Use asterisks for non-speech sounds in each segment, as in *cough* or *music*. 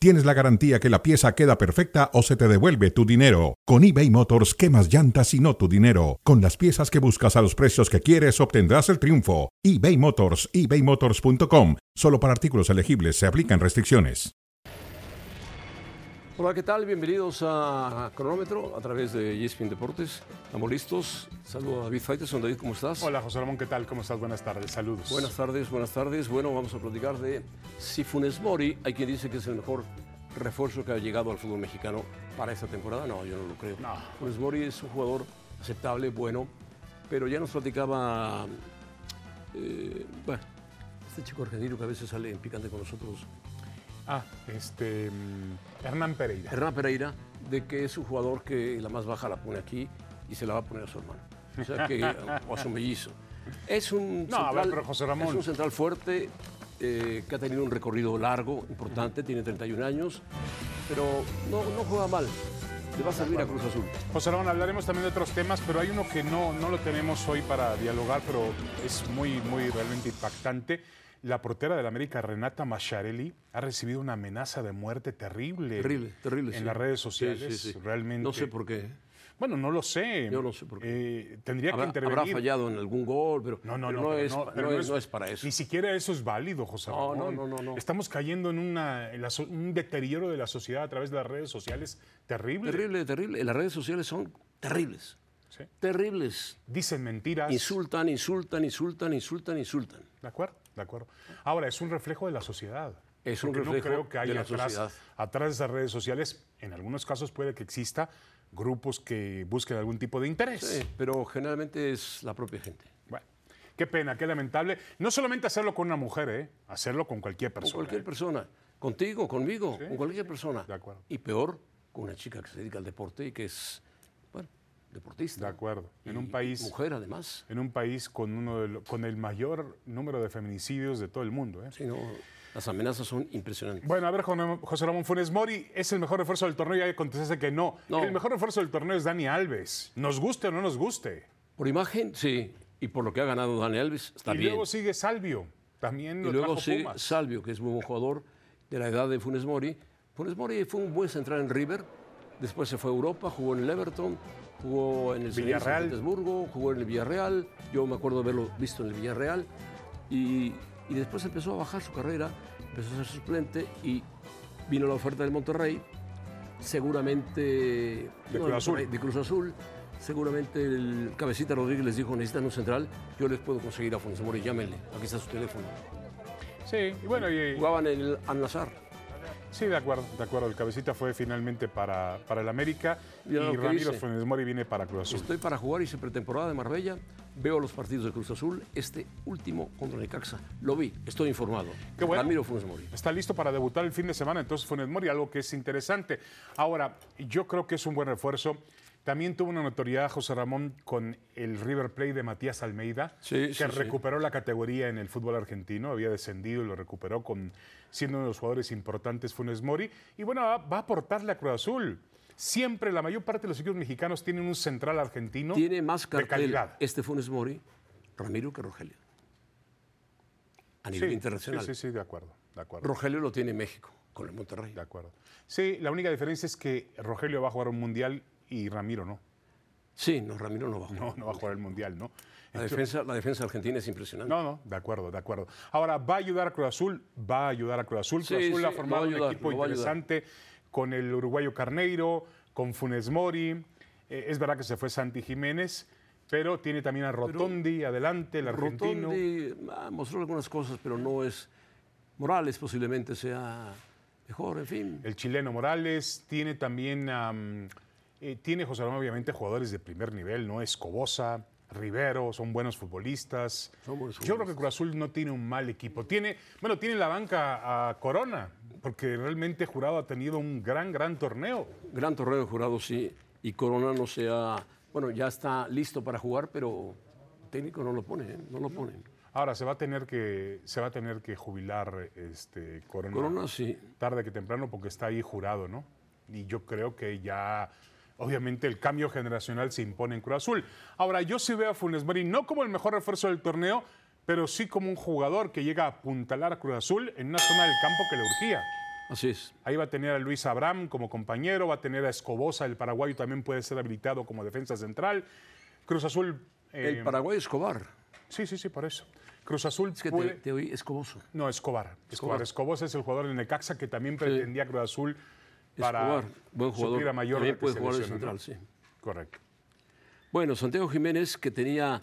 tienes la garantía que la pieza queda perfecta o se te devuelve tu dinero. Con eBay Motors, quemas llantas y no tu dinero. Con las piezas que buscas a los precios que quieres, obtendrás el triunfo. eBay Motors, ebaymotors.com. Solo para artículos elegibles se aplican restricciones. Hola, ¿qué tal? Bienvenidos a Cronómetro a través de E ESPN Deportes. Estamos listos. Saludo a David Faiteson. David, ¿cómo estás? Hola, José Ramón, ¿qué tal? ¿Cómo estás? Buenas tardes, saludos. Buenas tardes, buenas tardes. Bueno, vamos a platicar de si Funes Mori, hay quien dice que es el mejor refuerzo que ha llegado al fútbol mexicano para esta temporada. No, yo no lo creo. No. Funes Mori es un jugador aceptable, bueno, pero ya nos platicaba, eh, bueno, este chico argentino que a veces sale en picante con nosotros, Ah, este. mm, Hernán Pereira. Hernán Pereira, de que es un jugador que la más baja la pone aquí y se la va a poner a su hermano. O sea que, o a su mellizo. Es un, No, a ver, pero José Ramón. es un central fuerte eh, que ha tenido un recorrido largo, importante, tiene 31 años, pero no, no juega mal. Le va a servir a Cruz Azul. José Ramón, hablaremos también de otros temas, pero hay uno que no, no lo tenemos hoy para dialogar, pero es muy, muy realmente impactante. La portera del América, Renata Macharelli, ha recibido una amenaza de muerte terrible. Terrible, terrible. En sí. las redes Sí, sociales, sí, sí. realmente. No sé por qué. Bueno, no lo sé. Yo no sé por qué. Eh, tendría Habrá, que habrá intervenir. fallado en algún gol, pero No, no, pero no. pero es, no, pero no es- no es para eso. Ni siquiera eso es válido, José No, Ramón. no, no, no, no. Estamos cayendo en, una, en la so- un deterioro de la sociedad a través de las redes sociales terrible. Terrible, terrible. Las redes sociales son terribles. Sí. Terribles. Dicen mentiras. Insultan, insultan, insultan, insultan, insultan. De acuerdo, de acuerdo. Ahora, es un reflejo de la sociedad. Es un Porque reflejo no creo que de haya la atrás, sociedad. atrás de esas redes sociales, en algunos casos puede que exista grupos que busquen algún tipo de interés. Sí, pero generalmente es la propia gente. Bueno, qué pena, qué lamentable. No solamente hacerlo con una mujer, ¿eh? hacerlo con cualquier Con persona. cualquier ¿eh? persona. Contigo, conmigo, con cualquier persona. de acuerdo. Y peor, con una chica que se dedica al deporte y que es, bueno, deportista. De acuerdo. En Y un país Mujer, además. en un país con uno de lo- con el mayor número de feminicidios de todo el mundo. ¿eh? Sí, no, las amenazas son impresionantes. Bueno, a ver, Jon- José Ramón Funes Mori, ¿es el mejor refuerzo del torneo? Ya contestaste que no. No. El mejor refuerzo del torneo es Dani Alves. Nos guste o no nos guste. Por imagen, sí. Y por lo que ha ganado Dani Alves, está y bien. luego sigue Salvio. También lo y luego trajo sigue Pumas. Salvio, que es muy buen jugador de la edad de Funes Mori. Funes Mori fue un buen central en River, después se fue a Europa, jugó en el Everton, jugó en el Zenit Villarreal. San Petersburgo, jugó en el Villarreal. Yo me acuerdo haberlo visto en el Villarreal. Y, y después empezó a bajar su carrera, empezó a ser suplente y vino la oferta del Monterrey. Seguramente. De Cruz Azul. de Cruz Azul. Seguramente el cabecita Rodríguez les dijo, necesitan un central, yo les puedo conseguir a Funes Mori, llámenle, aquí está su teléfono. Sí, y bueno, y- Jugaban en el Al-Nazar. sí, de acuerdo, de acuerdo. El cabecita fue finalmente para, para el América Mira lo y que Ramiro dice. Funes Mori viene para Cruz Azul. Estoy para jugar, hice pretemporada de Marbella, veo los partidos de Cruz Azul, este último contra Necaxa. Lo vi, estoy informado. Qué bueno. Ramiro Funes Mori. Está listo para debutar el fin de semana, entonces Funes Mori, algo que es interesante. Ahora, yo creo que es un buen refuerzo. También tuvo una notoriedad José Ramón con el River Play de Matías Almeida, Sí, que sí, sí. recuperó la categoría en el fútbol argentino, había descendido y lo recuperó con siendo uno de los jugadores importantes Funes Mori. Y bueno, va, va a aportarle a Cruz Azul. Siempre la mayor parte de los equipos mexicanos tienen un central argentino Tiene más de cartel calidad. este Funes Mori, Ramiro, que Rogelio. A nivel Sí, internacional. Sí, sí, sí, de acuerdo, de acuerdo. Rogelio lo tiene en México, con el Monterrey. De acuerdo. Sí, la única diferencia es que Rogelio va a jugar un mundial y Ramiro no. Sí, no, Ramiro no va a jugar. No, no va a jugar el mundial, ¿no? La defensa, la defensa argentina es impresionante. No, no, de acuerdo, de acuerdo. Ahora, ¿va a ayudar a Cruz Azul? Va a ayudar a Cruz Azul. Cruz Sí, Azul sí, ha formado lo va a ayudar, un equipo lo va a ayudar. interesante con el uruguayo Carneiro, con Funes Mori. Eh, es verdad que se fue Santi Jiménez, pero tiene también a Rotondi adelante, el argentino. Rotondi ah, mostró algunas cosas, pero no es. Morales posiblemente sea mejor, en fin. el chileno Morales, tiene también, am, eh, tiene José Ramón, obviamente, jugadores de primer nivel, ¿no? Escobosa, Rivero, son buenos futbolistas. Son buenos Yo creo que Cruz Azul no tiene un mal equipo. Tiene, bueno, tiene la banca a Corona, porque realmente Jurado ha tenido un gran, gran torneo. Gran torneo de jurado, sí. Y Corona no sea. Bueno, ya está listo para jugar, pero el técnico no lo pone, ¿eh? no lo pone. Ahora se va a tener que, se va a tener que jubilar este Corona, Corona sí. tarde que temprano porque está ahí jurado, ¿no? Y yo creo que ya obviamente el cambio generacional se impone en Cruz Azul. Ahora yo sí veo a Funes Mori no como el mejor refuerzo del torneo, pero sí como un jugador que llega a apuntalar a Cruz Azul en una zona del campo que le urgía. Así es. Ahí va a tener a Luis Abraham como compañero, va a tener a Escobosa, el paraguayo también puede ser habilitado como defensa central. Cruz Azul. eh, El Paraguay Escobar. Sí, sí, sí, por eso. Cruz Azul Es que te, puede- te oí escoboso. No, Escobar. Escobar. Escobar. Escobosa es el jugador del Necaxa que también pretendía Cruz Azul para Escobar, buen suplir jugador. a Mayorga, También que puede se jugar de lesiona, ¿no? central, Correcto. Bueno, Santiago Jiménez, que tenía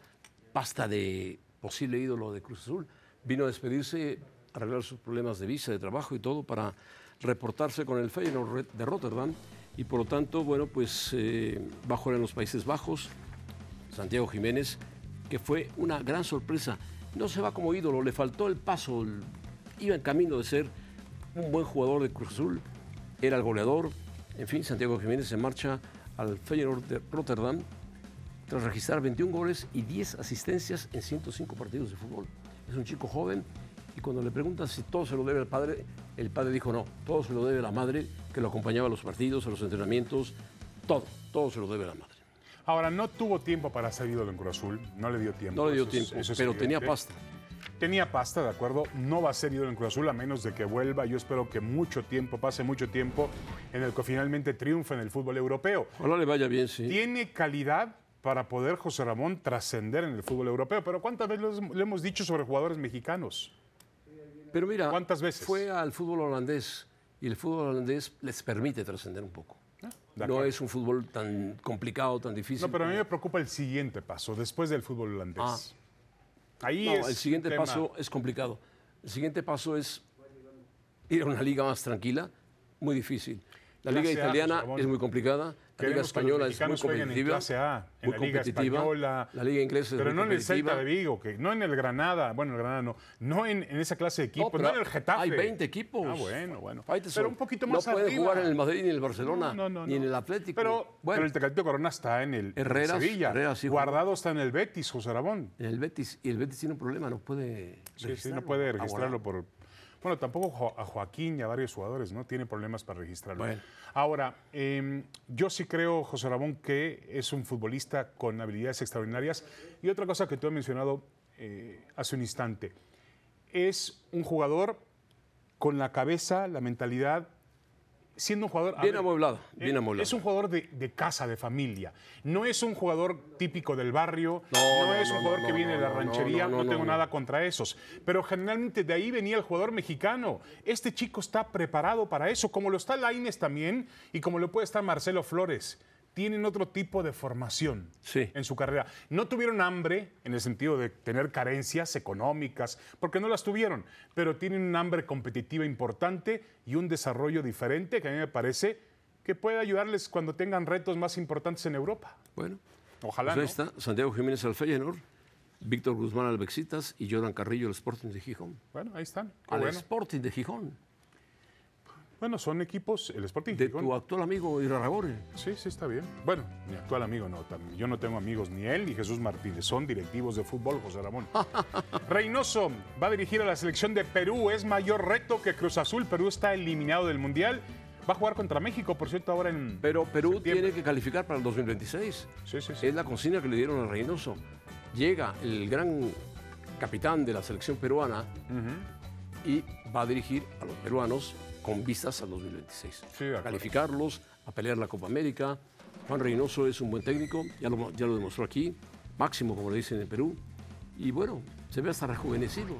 pasta de posible ídolo de Cruz Azul, vino a despedirse, arreglar sus problemas de visa, de trabajo y todo para reportarse con el Feyenoord Re- de Rotterdam y por lo tanto, bueno, pues eh, va a jugar en los Países Bajos. Santiago Jiménez, que fue una gran sorpresa. No se va como ídolo, le faltó el paso, el- iba en camino de ser un buen jugador de Cruz Azul, era el goleador. En fin, Santiago Jiménez se marcha al Feyenoord de Rotterdam tras registrar 21 goles y 10 asistencias en 105 partidos de fútbol. Es un chico joven y cuando le preguntan si todo se lo debe al padre, el padre dijo no, todo se lo debe a la madre que lo acompañaba a los partidos, a los entrenamientos, todo, todo se lo debe a la madre. Ahora, no tuvo tiempo para ser ídolo en Cruz Azul, no le dio tiempo. No le dio eso es- tiempo, eso es pero tenía evidente. pasta. Tenía pasta, de acuerdo. No va a ser ídolo en Cruz Azul a menos de que vuelva. Yo espero que mucho tiempo, pase mucho tiempo, en el que finalmente triunfe en el fútbol europeo. Ojalá le vaya bien, sí. tiene calidad para poder José Ramón trascender en el fútbol europeo. Pero ¿cuántas veces lo hemos- lo hemos dicho sobre jugadores mexicanos? Pero mira, ¿Cuántas veces? fue al fútbol holandés y el fútbol holandés les permite trascender un poco. Ah, de no acuerdo. es un fútbol tan complicado, tan difícil. No, pero a mí como- me preocupa el siguiente paso, después del fútbol holandés. Ah. Ahí No, es el siguiente tema- paso es complicado. El siguiente paso es ir a una liga más tranquila, muy difícil. La liga Clase A, italiana José Ramón. es muy complicada, la liga Queremos que los española es muy mexicanos jueguen en competitiva, clase A, muy en la Liga competitiva, Española, la liga inglesa es Pero muy no en el Celta competitiva. de Vigo, que no en el Granada, bueno, el Granada no, no en, en esa clase de equipos, no, pero en el Getafe. Hay 20 equipos. Ah, bueno, bueno. Ahí te Pero son- un poquito no más puede arriba. jugar en el Madrid, ni en el Barcelona, No, no, no, ni en no. el Atlético. Pero, Bueno, pero el Tecatito Corona está en el en el Herreras, Sevilla. Herreras, sí, jugó. Guardado está en el Betis, José Ramón. en el Betis, y el Betis tiene un problema, no puede Sí, sí, no registrarlo. Ah, puede Ahora, registrarlo por... Bueno, tampoco Jo- a Joaquín y a varios jugadores, ¿no? Tiene problemas para registrarlo. Bueno. Ahora, eh, yo sí creo, José Ramón, que es un futbolista con habilidades extraordinarias. Y otra cosa que tú has mencionado eh, hace un instante, es un jugador con la cabeza, la mentalidad, siendo un jugador... a Bien ver, amueblado, eh, bien amueblado. Es un jugador de, de casa, de familia. No es un jugador típico del barrio, no, No, no, es un no, jugador no, que viene de la no, no, ranchería, no, no, no, tengo no. nada contra esos. Pero generalmente de ahí venía el jugador mexicano. Este chico está preparado para eso, como lo está Laines también y como lo puede estar Marcelo Flores. Tienen otro tipo de formación Sí. en su carrera. No tuvieron hambre en el sentido de tener carencias económicas, porque no las tuvieron, pero tienen un hambre competitiva importante y un desarrollo diferente que a mí me parece que puede ayudarles cuando tengan retos más importantes en Europa. Bueno, Ojalá. Pues ahí ¿no? está, Santiago Jiménez al Feyenoord, Víctor Guzmán al Bexitas y Jordan Carrillo al Sporting de Gijón. Bueno, ahí están. Qué Al bueno. Sporting de Gijón, Bueno, son equipos, el Sporting de Gijón. tu actual amigo Irarragorri. Sí, sí, está bien. Bueno, mi actual amigo no. tam- Yo no tengo amigos, ni él ni Jesús Martínez. Son directivos de fútbol, *laughs* José Ramón. Reynoso va a dirigir a la selección de Perú. Es mayor reto que Cruz Azul. Perú está eliminado del Mundial. Va a jugar contra México, por cierto, ahora en... Pero Perú Septiembre. tiene que calificar para el 2026. Sí, sí, sí. Es la consigna que le dieron a Reynoso. Llega el gran capitán de la selección peruana y va a dirigir a los peruanos con vistas al 2026. Sí, de acuerdo. a calificarlos, a pelear la Copa América. Juan Reynoso es un buen técnico, ya lo, ya lo demostró aquí, máximo como le dicen en Perú. Y bueno, se ve hasta rejuvenecido.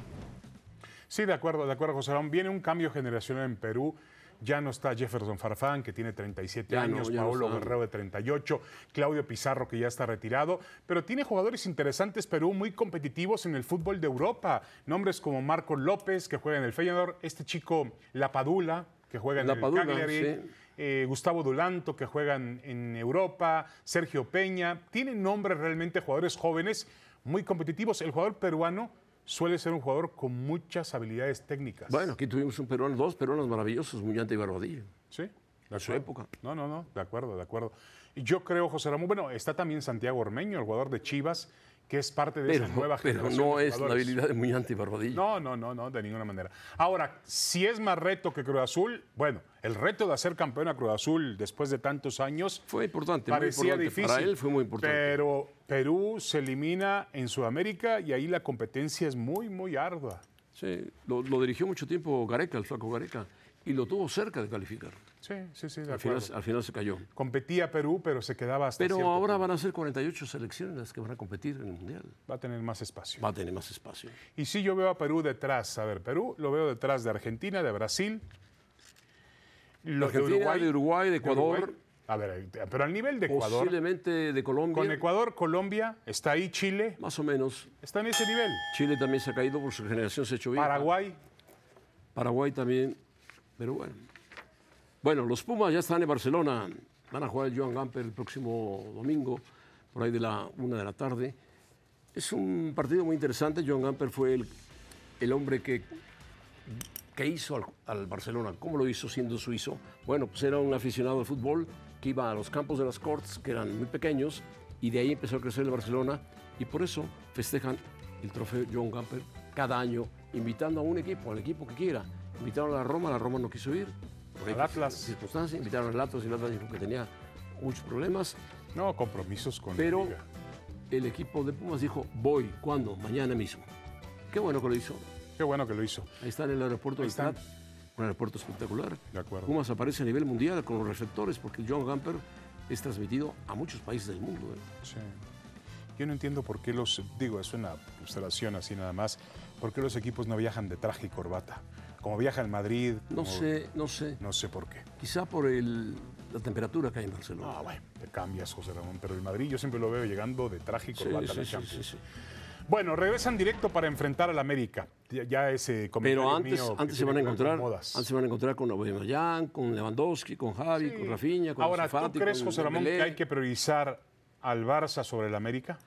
Sí, de acuerdo, de acuerdo, José Ramón. Viene un cambio generacional en Perú. Ya no está Jefferson Farfán, que tiene 37 Ya no, años, ya no Paolo está. Guerrero de 38, Claudio Pizarro, que ya está retirado, pero tiene jugadores interesantes Perú, muy competitivos en el fútbol de Europa. Nombres como Marco López, que juega en el Feyenoord, este chico Lapadula, que juega en Lapadula, el Cagliari, sí. eh, Gustavo Dulanto, que juegan en Europa, Sergio Peña. Tienen nombres realmente jugadores jóvenes muy competitivos. El jugador peruano suele ser un jugador con muchas habilidades técnicas. Bueno, aquí tuvimos un peruano, dos peruanos maravillosos, Muñante y Barbadillo. Sí. De su acuerdo. época. No, no, no, de acuerdo, de acuerdo. Y Yo creo, José Ramón, bueno, está también Santiago Ormeño, el jugador de Chivas, que es parte de Pero, esa nueva pero generación. no de es la jugadores. habilidad de Muñante y Barbadillo. No, no, no, no, de ninguna manera. Ahora, si es más reto que Cruz Azul, bueno, el reto de hacer campeón a Cruz Azul después de tantos años Fue importante, muy parecía importante. difícil. Para él fue muy importante. Pero Perú se elimina en Sudamérica y ahí la competencia es muy, muy ardua. Sí, lo, lo dirigió mucho tiempo Gareca, el flaco Gareca, y lo tuvo cerca de calificar. Sí, sí, sí, de Al final, acuerdo. al final se cayó. Competía Perú, pero se quedaba hasta Pero cierto ahora punto. van a ser 48 selecciones las que van a competir en el Mundial. va a tener más espacio. Va a tener más espacio. Y sí, yo veo a Perú detrás. A ver, Perú lo veo detrás de Argentina, de Brasil, los Argentina, de Uruguay, de Ecuador. A ver, pero al nivel de Ecuador. Posiblemente de Colombia. Con Ecuador, Colombia, está ahí Chile, Más o menos. está en ese nivel. Chile también se ha caído por su generación, se ha hecho bien. Paraguay, Paraguay también. Pero bueno. Bueno, los Pumas ya están en Barcelona. Van a jugar el Joan Gamper el próximo domingo, por ahí de la una de la tarde. Es un partido muy interesante. Joan Gamper fue el, el hombre que, que hizo al, al Barcelona. ¿Cómo lo hizo siendo suizo? Bueno, pues era un aficionado al fútbol que iba a los campos de las Corts, que eran muy pequeños, y de ahí empezó a crecer el Barcelona. Y por eso festejan el trofeo Joan Gamper cada año, invitando a un equipo, al equipo que quiera. Invitaron a la Roma, la Roma no quiso ir. Por Al X Atlas. circunstancias, invitaron al Atlas y el Atlas dijo que tenía muchos problemas. no, compromisos con la Pero liga. el equipo de Pumas dijo, voy, ¿cuándo? Mañana mismo. Qué bueno que lo hizo. Qué bueno que lo hizo. Ahí está en el aeropuerto del Ahí están. Prat, un aeropuerto espectacular. De acuerdo. Pumas aparece a nivel mundial con los reflectores, porque el John Gamper es transmitido a muchos países del mundo. ¿eh? Sí. Yo no entiendo por qué los, digo, es una observación así nada más, por qué los equipos no viajan de traje y corbata, como viaja el Madrid. No como- sé, no sé. No sé por qué. Quizá por el- la temperatura que hay en Barcelona. Ah, bueno, te cambias, José Ramón, pero el Madrid yo siempre lo veo llegando de traje y Sí, corbata a sí, la sí, Champions. sí, sí. Bueno, regresan directo para enfrentar al América. Ya, ya ese comentario Pero antes, mío que antes se tiene van a que ver con encontrar, modas. antes se van a encontrar con Aubameyang, con Lewandowski, con Javi, Sí. con Rafinha, con Ahora, Ansu Fati, ¿tú crees, con José Ramón, que Dembélé. hay que priorizar al Barça sobre el América?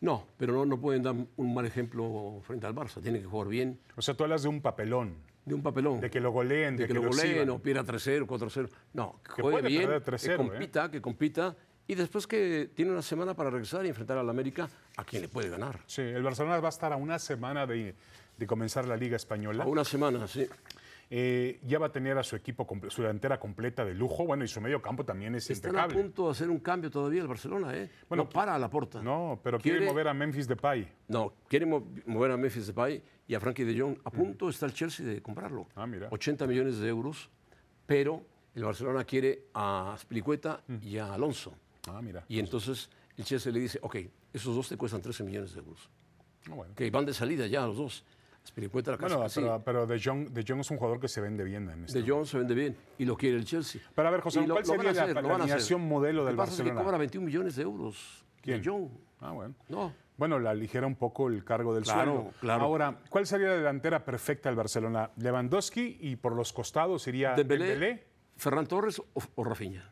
No, pero no, no pueden dar un mal ejemplo frente al Barça. Tienen que jugar bien, O sea, tú hablas de un papelón, de un papelón. de que lo goleen, de, que, lo goleen o pierda 3-0, 4-0. No, que juegue puede bien, perder ¿eh? que 3-0, compita, que compita. Y después que tiene una semana para regresar y enfrentar al América, a quien le puede ganar. Sí, el Barcelona va a estar a una semana de, de comenzar la Liga Española. A una semana, sí. Eh, ya va a tener a su equipo, comple- su delantera completa de lujo. Bueno, y su medio campo también es Están a impecable. punto de hacer un cambio todavía el Barcelona, ¿eh? Bueno, no para a la puerta. No, pero quiere, Quiere- mover a Memphis Depay. No, quiere mo- mover a Memphis Depay y a Frankie de Jong. A punto está el Chelsea de comprarlo. Ah, mira. 80 millones de euros, pero el Barcelona quiere a Spilicueta y a Alonso. Ah, mira. Y entonces el Chelsea le dice, ok, esos dos te cuestan 13 millones de euros. Ah, bueno. Que van de salida ya los dos. Spilicueta la casa Bueno, sí. pero, pero de, Jong, de Jong es un jugador que se vende bien en este De Jong se vende bien y lo quiere el Chelsea. Pero a ver, José, Y lo- ¿cuál lo van sería a la- hacer, la lo van a hacer. alineación modelo Lo que del pasa Es Barcelona? que cobra 21 millones de euros. ¿Quién? De Jong. Ah, bueno. No. Bueno, la aligera un poco el cargo del Claro, sueldo. claro. Ahora, ¿cuál sería la delantera perfecta del Barcelona? Lewandowski y por los costados iría Ah, Dembélé. Dembélé, Ferran Torres o, o Rafinha.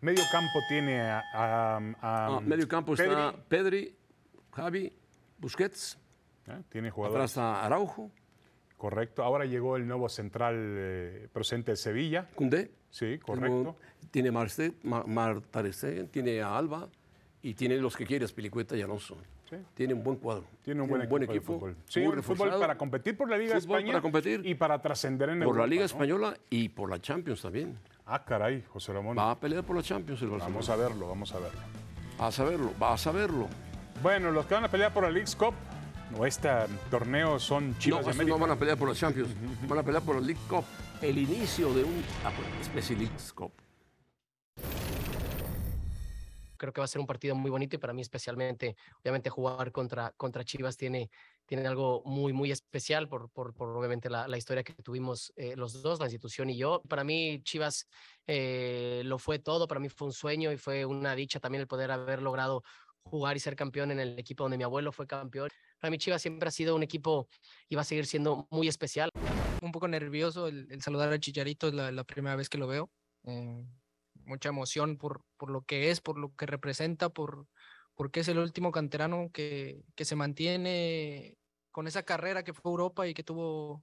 Medio campo tiene a, a- a- Ah, medio campo Pedri. está Pedri, Javi, Busquets, ¿Eh? Tiene jugador. atrás está Araujo, Correcto. Ahora llegó el nuevo central eh, procedente de Sevilla. Cundé. Sí, correcto. Tiene Marste, Ma- Mar Ter Stegen, tiene a Alba y tiene los que quieres, Pilicueta y Alonso. Sí. Tiene un buen cuadro. Tiene un buen equipo. de fútbol. Sí, muy un fútbol reforzado para competir por la Liga de Fútbol España para competir. y para trascender en Por la Europa, Liga ¿no? Española y por la Champions también. Ah, caray, José Ramón. Va a pelear por la Champions el Barcelona. Vamos a verlo, vamos a verlo. a saberlo, va a saberlo. Bueno, los que van a pelear por la League's Cup o este torneo son No, Chivas de estos América. no van a pelear por la Champions, van a pelear por la League Cup. El inicio de un ah, pues, especie de League Cup. creo que va a ser un partido muy bonito y para mí especialmente, obviamente jugar contra, contra Chivas tiene, tiene algo muy, muy especial por, por, por obviamente la, la historia que tuvimos eh, los dos, la institución y yo. Para mí Chivas eh, lo fue todo, para mí fue un sueño y fue una dicha también el poder haber logrado jugar y ser campeón en el equipo donde mi abuelo fue campeón. Para mí Chivas siempre ha sido un equipo y va a seguir siendo muy especial. un poco nervioso el, el saludar a Chicharito, es la, la primera vez que lo veo. eh, mucha emoción por, por lo que es, por lo que representa, por porque es el último canterano que, que se mantiene con esa carrera que fue a Europa y que tuvo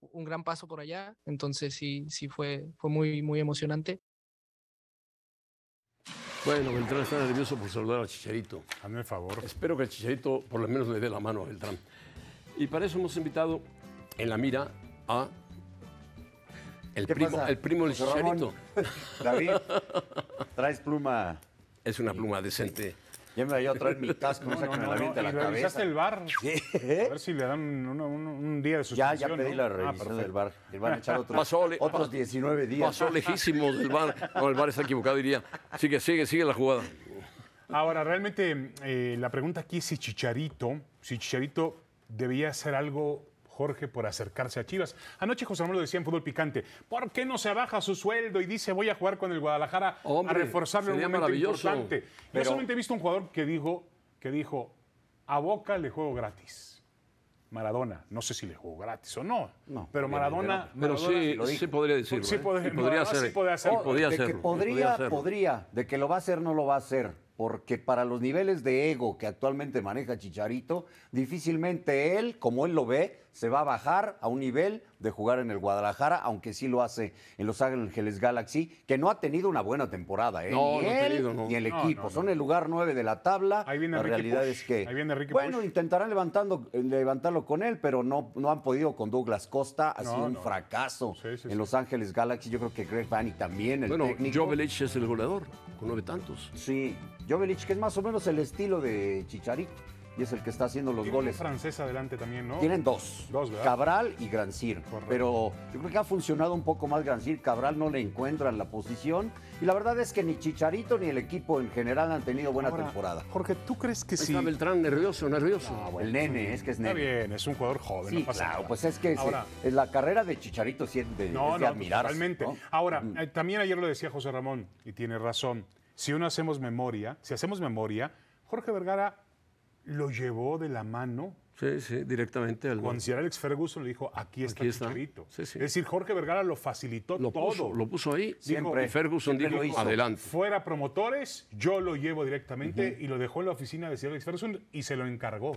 un gran paso por allá. Entonces sí, sí fue, fue muy, muy emocionante. Bueno, Beltrán está nervioso por saludar al Chicharito. Hazme el favor. Espero que el Chicharito por lo menos le dé la mano a Beltrán. Y para eso hemos invitado en la mira a el ¿Qué primo, pasa, el primo del José Ramón? Chicharito. *laughs* David, traes pluma. Es una pluma decente. Ya me voy a traer mi casco, no, sé que me la aviente y la revisaste cabeza. el bar. A Sí. *laughs* ver si le dan un, un- un día de Ya, suspensión. ya pedí ¿no? la Ah, revisión perfecto. del bar. Le van *laughs* a echar otros, Pasó, le- otros pa- 19 días. Pasó lejísimos del bar. No, el bar está equivocado, diría. Sigue, sigue, sigue la jugada. Ahora, realmente eh, la pregunta aquí es si Chicharito, si Chicharito debía hacer algo, Jorge, por acercarse a Chivas. Anoche José Ramón lo decía en Fútbol Picante, ¿por qué no se baja su sueldo y dice voy a jugar con el Guadalajara Hombre, a reforzarlo en sería un momento maravilloso. importante? Yo Pero- solamente he visto un jugador que dijo, que dijo, a Boca le juego gratis. Maradona, no sé si le jugó gratis o no, No, pero obviamente Maradona... Pero Maradona- sí, lo dijo. sí podría decirlo. Sí ¿eh? podría- Y podría no, sí hacer. podría hacerlo. Y podría de que hacerlo, y podría, hacerlo. podría, de que lo va a hacer, no lo va a hacer. Porque para los niveles de ego que actualmente maneja Chicharito, difícilmente él, como él lo ve, se va a bajar a un nivel de jugar en el Guadalajara, aunque sí lo hace en Los Ángeles Galaxy, que no ha tenido una buena temporada. ¿eh? No, ni no ha él tenido, no. ni el No, equipo. no, no. Son el lugar 9 de la tabla. Ahí viene la Ricky realidad Push. es que. Ahí viene Ricky bueno, Push. intentarán levantando, eh, levantarlo con él, pero no, no han podido con Douglas Costa. Ha No, sido un no. fracaso Sí, sí, en sí. Los Ángeles Galaxy. Yo creo que Greg Vanny también, el Bueno, técnico. Jovelich es el goleador, con nueve tantos. Sí, Jovelich, que es más o menos el estilo de Chicharito, y es el que está haciendo los Tiene un goles. francés adelante también, ¿no? Tienen dos, Dos, ¿verdad? Cabral y Grancir. Correcto. Pero yo creo que ha funcionado un poco más Grancir. Cabral no le encuentran la posición. Y la verdad es que ni Chicharito ni el equipo en general han tenido buena Ahora, temporada. Jorge, ¿tú crees que Ahí sí? Está Beltrán nervioso, nervioso. Ah, bueno, el nene, es que es Está nene. bien, es un jugador joven, Sí, no pasa claro, nada. pues es que se- Ahora- es la carrera de Chicharito sí es de, No, es de no, admirarse, totalmente. ¿no? Ahora, Mm. eh, también ayer lo decía José Ramón, y tiene razón. Si uno hacemos memoria, si hacemos memoria, Jorge Vergara lo llevó de la mano. Sí, sí, directamente al Cuando Sir Alex Ferguson le dijo, aquí está Aquí está. Chicharito. Sí, sí. Es decir, Jorge Vergara lo facilitó lo todo. puso, lo puso ahí. Siempre. Y Ferguson Siempre dijo, lo hizo. adelante. Fuera promotores, yo lo llevo directamente y lo dejó en la oficina de Sir Alex Ferguson y se lo encargó.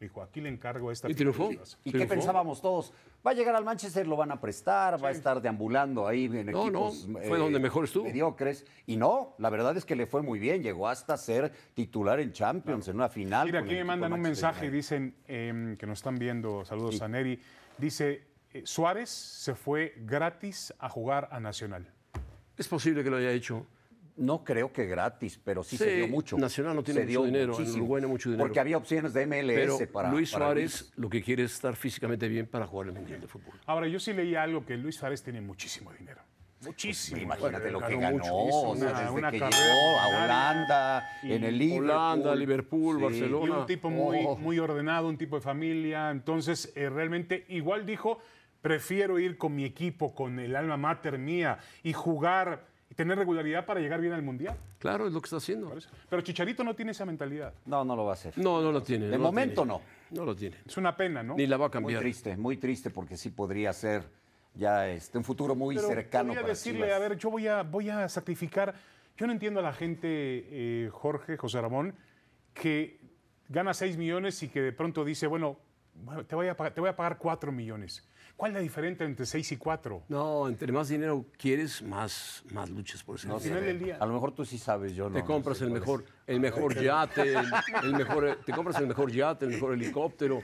Dijo, aquí le encargo esta. Y triunfó. figura". ¿Y qué Triunfó. pensábamos todos? Va a llegar al Manchester, lo van a prestar, va a estar deambulando ahí en No, no, equipos eh, fue donde mejor estuvo. mediocres. Y no, la verdad es que le fue muy bien. Llegó hasta ser titular en Champions, en una final. Mira, con aquí el me equipo mandan un Manchester mensaje y United. dicen em, que nos están viendo. Saludos Sí. a Neri. Dice: eh, Suárez se fue gratis a jugar a Nacional. Es posible que lo haya hecho. No creo que gratis, pero sí, se Sí, dio mucho. Nacional no tiene Se mucho dio dinero, en muchísimo, Uruguay no hay mucho dinero. Porque había opciones de MLS Pero para Luis para Suárez lo que quiere es estar físicamente bien para jugar el Mundial de Fútbol. Ahora, yo sí leí algo que Luis Suárez tiene muchísimo dinero. pues, Muchísimo. Imagínate lo que Ganó ganó, mucho, hizo o sea, una- desde una que carrera llegó a millonaria. Holanda, Y en el Liverpool. Holanda, Liverpool, Barcelona. Y un Hola. tipo muy, Oh. muy ordenado, un tipo de familia. Entonces, eh, realmente, igual dijo, prefiero ir con mi equipo, con el alma mater mía y jugar y tener regularidad para llegar bien al Mundial. Claro, es lo que está haciendo. ¿sabes? Pero Chicharito no tiene esa mentalidad. No, no lo va a hacer. No, no lo tiene. De no lo momento tiene. No lo tiene. Es una pena, ¿no? Ni la va a Muy cambiar. triste, muy triste porque sí podría ser ya este, un futuro muy Pero cercano podría para decirle, Chivas. a ver, yo voy a, voy a sacrificar. Yo no entiendo a la gente, eh, Jorge, José Ramón, que gana 6 millones y que de pronto dice, bueno, bueno, te voy a pagar, te voy a pagar 4 millones. ¿Cuál es la diferencia entre 6 y 4? No, entre más dinero quieres, más, más luchas por ese No dinero. sé, final del día. a lo mejor tú sí sabes, yo no. Te no compras sé el cuál mejor, es. el mejor yate, el, el mejor, te compras el mejor yate, el mejor helicóptero.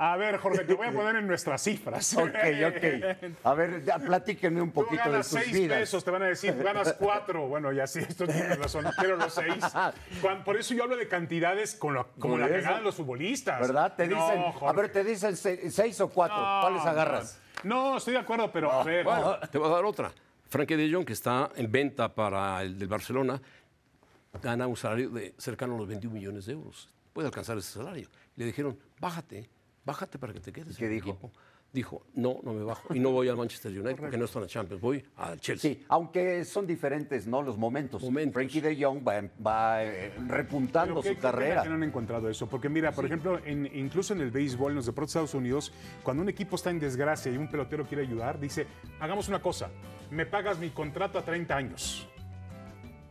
A ver, Jorge, te voy *laughs* a poner en nuestras cifras. *laughs* Ok, ok. A ver, ya, platíquenme un *laughs* Tú poquito de ganas sus 6 vidas. pesos, te van a decir, ganas 4. Bueno, ya sí, esto tiene razón, quiero los 6. *laughs* Por eso yo hablo de cantidades con la- como Por la que eso. ganan los futbolistas. ¿Verdad? Te No, dicen, a Jorge. ver, te dicen se- seis o cuatro. No, ¿Cuáles agarras? Oh, Ah, No, no, estoy de acuerdo, pero a ver. Bueno, te voy a dar otra. Frankie de Jong, que está en venta para el del Barcelona, gana un salario de cercano a los 21 millones de euros. Puede alcanzar ese salario. Le dijeron, bájate, bájate para que te quedes. qué en el dijo? equipo". Dijo, no, no me bajo. Y no voy al Manchester United porque no están en Champions. Voy al Chelsea. Sí, aunque son diferentes, ¿no? Los momentos. Momentos. Frankie de Jong va, va, eh, repuntando Pero qué- su qué pena carrera. que no han encontrado eso, porque mira, por ejemplo, en- incluso en el béisbol, en los deportes de Estados Unidos, cuando un equipo está en desgracia y un pelotero quiere ayudar, dice, hagamos una cosa, me pagas mi contrato a 30 años.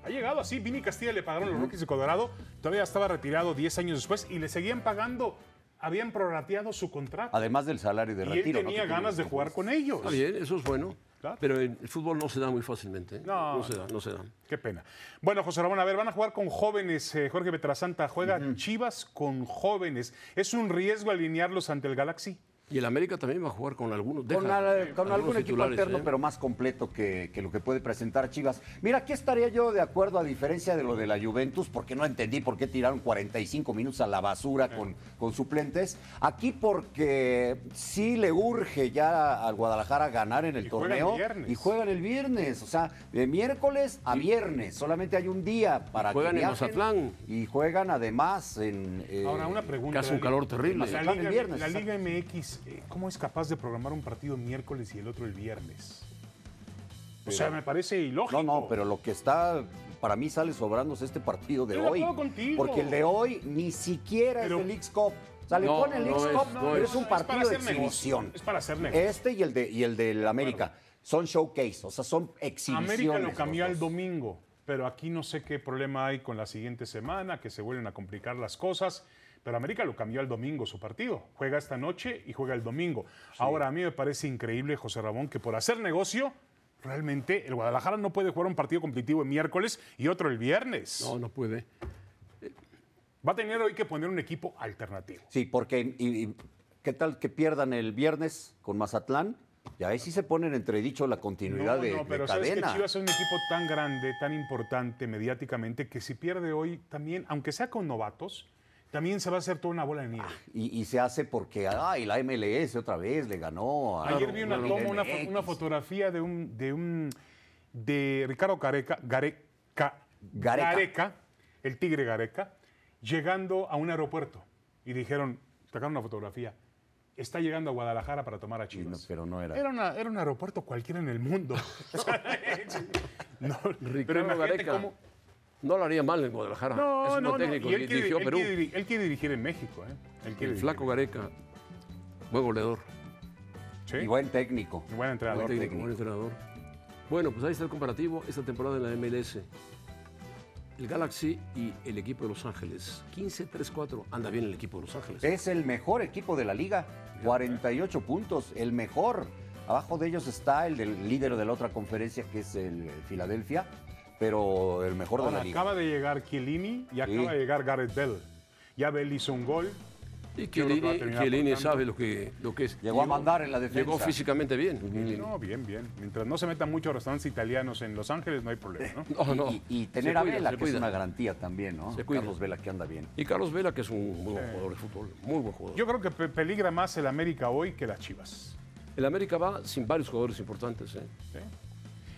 Ha llegado así, Vinny Castilla le pagaron los Rockies de Colorado, todavía estaba retirado 10 años después y le seguían pagando, habían prorrateado su contrato. Además del salario Ah, de y él retiro. ¿no? tenía Que tiene ganas de los Ah, jugar con ellos. Está bien, eso es bueno. Claro. Pero en el fútbol no se da muy fácilmente. ¿eh? No, se da, no se da. Qué pena. Bueno, José Ramón, a ver, van a jugar con jóvenes. eh, Jorge Petrasanta juega Chivas con jóvenes. ¿Es un riesgo alinearlos ante el Galaxy? Y el América también va a jugar con algunos. Con, deja al- con algunos algún equipo titulares, alterno, ¿eh? pero más completo que, que lo que puede presentar Chivas. Mira, aquí estaría yo de acuerdo, a diferencia de lo de la Juventus, porque no entendí por qué tiraron 45 minutos a la basura Eh. con, con suplentes. Aquí porque sí le urge ya al Guadalajara ganar en el Y juegan torneo. viernes. Y juegan el viernes, o sea, de miércoles a viernes. Solamente hay un día para juegan en que viajen. Mazatlán. Y juegan además en... eh, Ahora, una pregunta. que hace un calor terrible. La Juegan el Liga, viernes, la Liga MX, eh, ¿cómo es capaz de programar un partido miércoles y el otro el viernes? O sea, me parece ilógico. No, no, pero lo que está para mí sale sobrándose este partido de Estoy de hoy. acuerdo contigo. Porque el de hoy ni siquiera Pero- es el Leagues Cup. O sea, le No, ponen no Leagues es- Cup, no pero es- es un es para partido de hacer negocio, exhibición. es para hacer negocio. Este y el de y el del América son showcase, o sea, son exhibiciones. América lo cambió los al dos. domingo, pero aquí no sé qué problema hay con la siguiente semana, que se vuelven a complicar las cosas. Pero América lo cambió al domingo su partido. Juega esta noche y juega el domingo. Ahora, a mí me parece increíble, José Ramón, que por hacer negocio, realmente el Guadalajara no puede jugar un partido competitivo el miércoles y otro el viernes. No, no puede. Va a tener hoy que poner un equipo alternativo. Sí, porque y- y ¿qué tal que pierdan el viernes con Mazatlán? Y ahí sí se ponen entredicho la continuidad No, de, no, de pero sabes que cadena. Chivas es un equipo tan grande, tan importante mediáticamente, que si pierde hoy también, aunque sea con novatos, también se va a hacer toda una bola de nieve. Y, y se hace porque, ay, la MLS otra vez le ganó. a- Ayer vi una a la toma, una, fo- MX. una fotografía de un, de un de Ricardo Gareca, Gareca, Gareca. Gareca, el tigre Gareca, llegando a un aeropuerto y dijeron, sacaron una fotografía, está llegando a Guadalajara para tomar a Chivas. no, pero no era. Pues, Era, una- era un aeropuerto cualquiera en *laughs* el mundo. *laughs* O sea, no, pero Ricardo imagínate Gareca. cómo- No lo haría mal en Guadalajara. es No, un no, buen no. técnico. Y él dir- quiere, dirigió él Perú. quiere diri- él quiere dirigir en México. ¿eh? Él quiere El dirigir. flaco Gareca. Buen goleador. Sí. Y buen técnico. Y buen entrenador. Buen técnico, técnico. buen entrenador. Bueno, pues ahí está el comparativo. Esta temporada en la MLS. El Galaxy y el equipo de Los Ángeles. 15-3-4. Anda bien el equipo de Los Ángeles. Es el mejor equipo de la liga. 48 puntos, el mejor. Abajo de ellos está el del líder de la otra conferencia, que es el Filadelfia, pero el mejor de Ahora, la liga. acaba de llegar Chiellini y acaba Sí. de llegar Gareth Bell. Ya Bell hizo un gol. Y creo que va a Chiellini, terminar Chiellini aportando. sabe lo que, lo que es. Llegó a mandar en la defensa. Llegó físicamente bien. Chiellini. No, bien, bien. Mientras no se metan muchos restaurantes italianos en Los Ángeles, no hay problema, *laughs* ¿no? No, Y- no. y, y Se tener a cuida, Vela, se que es cuida. una garantía también, ¿no? Se cuida. Pues, Carlos Vela, que anda bien. Y Carlos Vela, que es un muy buen jugador de fútbol. Muy buen jugador. Yo creo que pe- peligra más el América hoy que las Chivas. El América va sin varios jugadores importantes. ¿eh? ¿sí?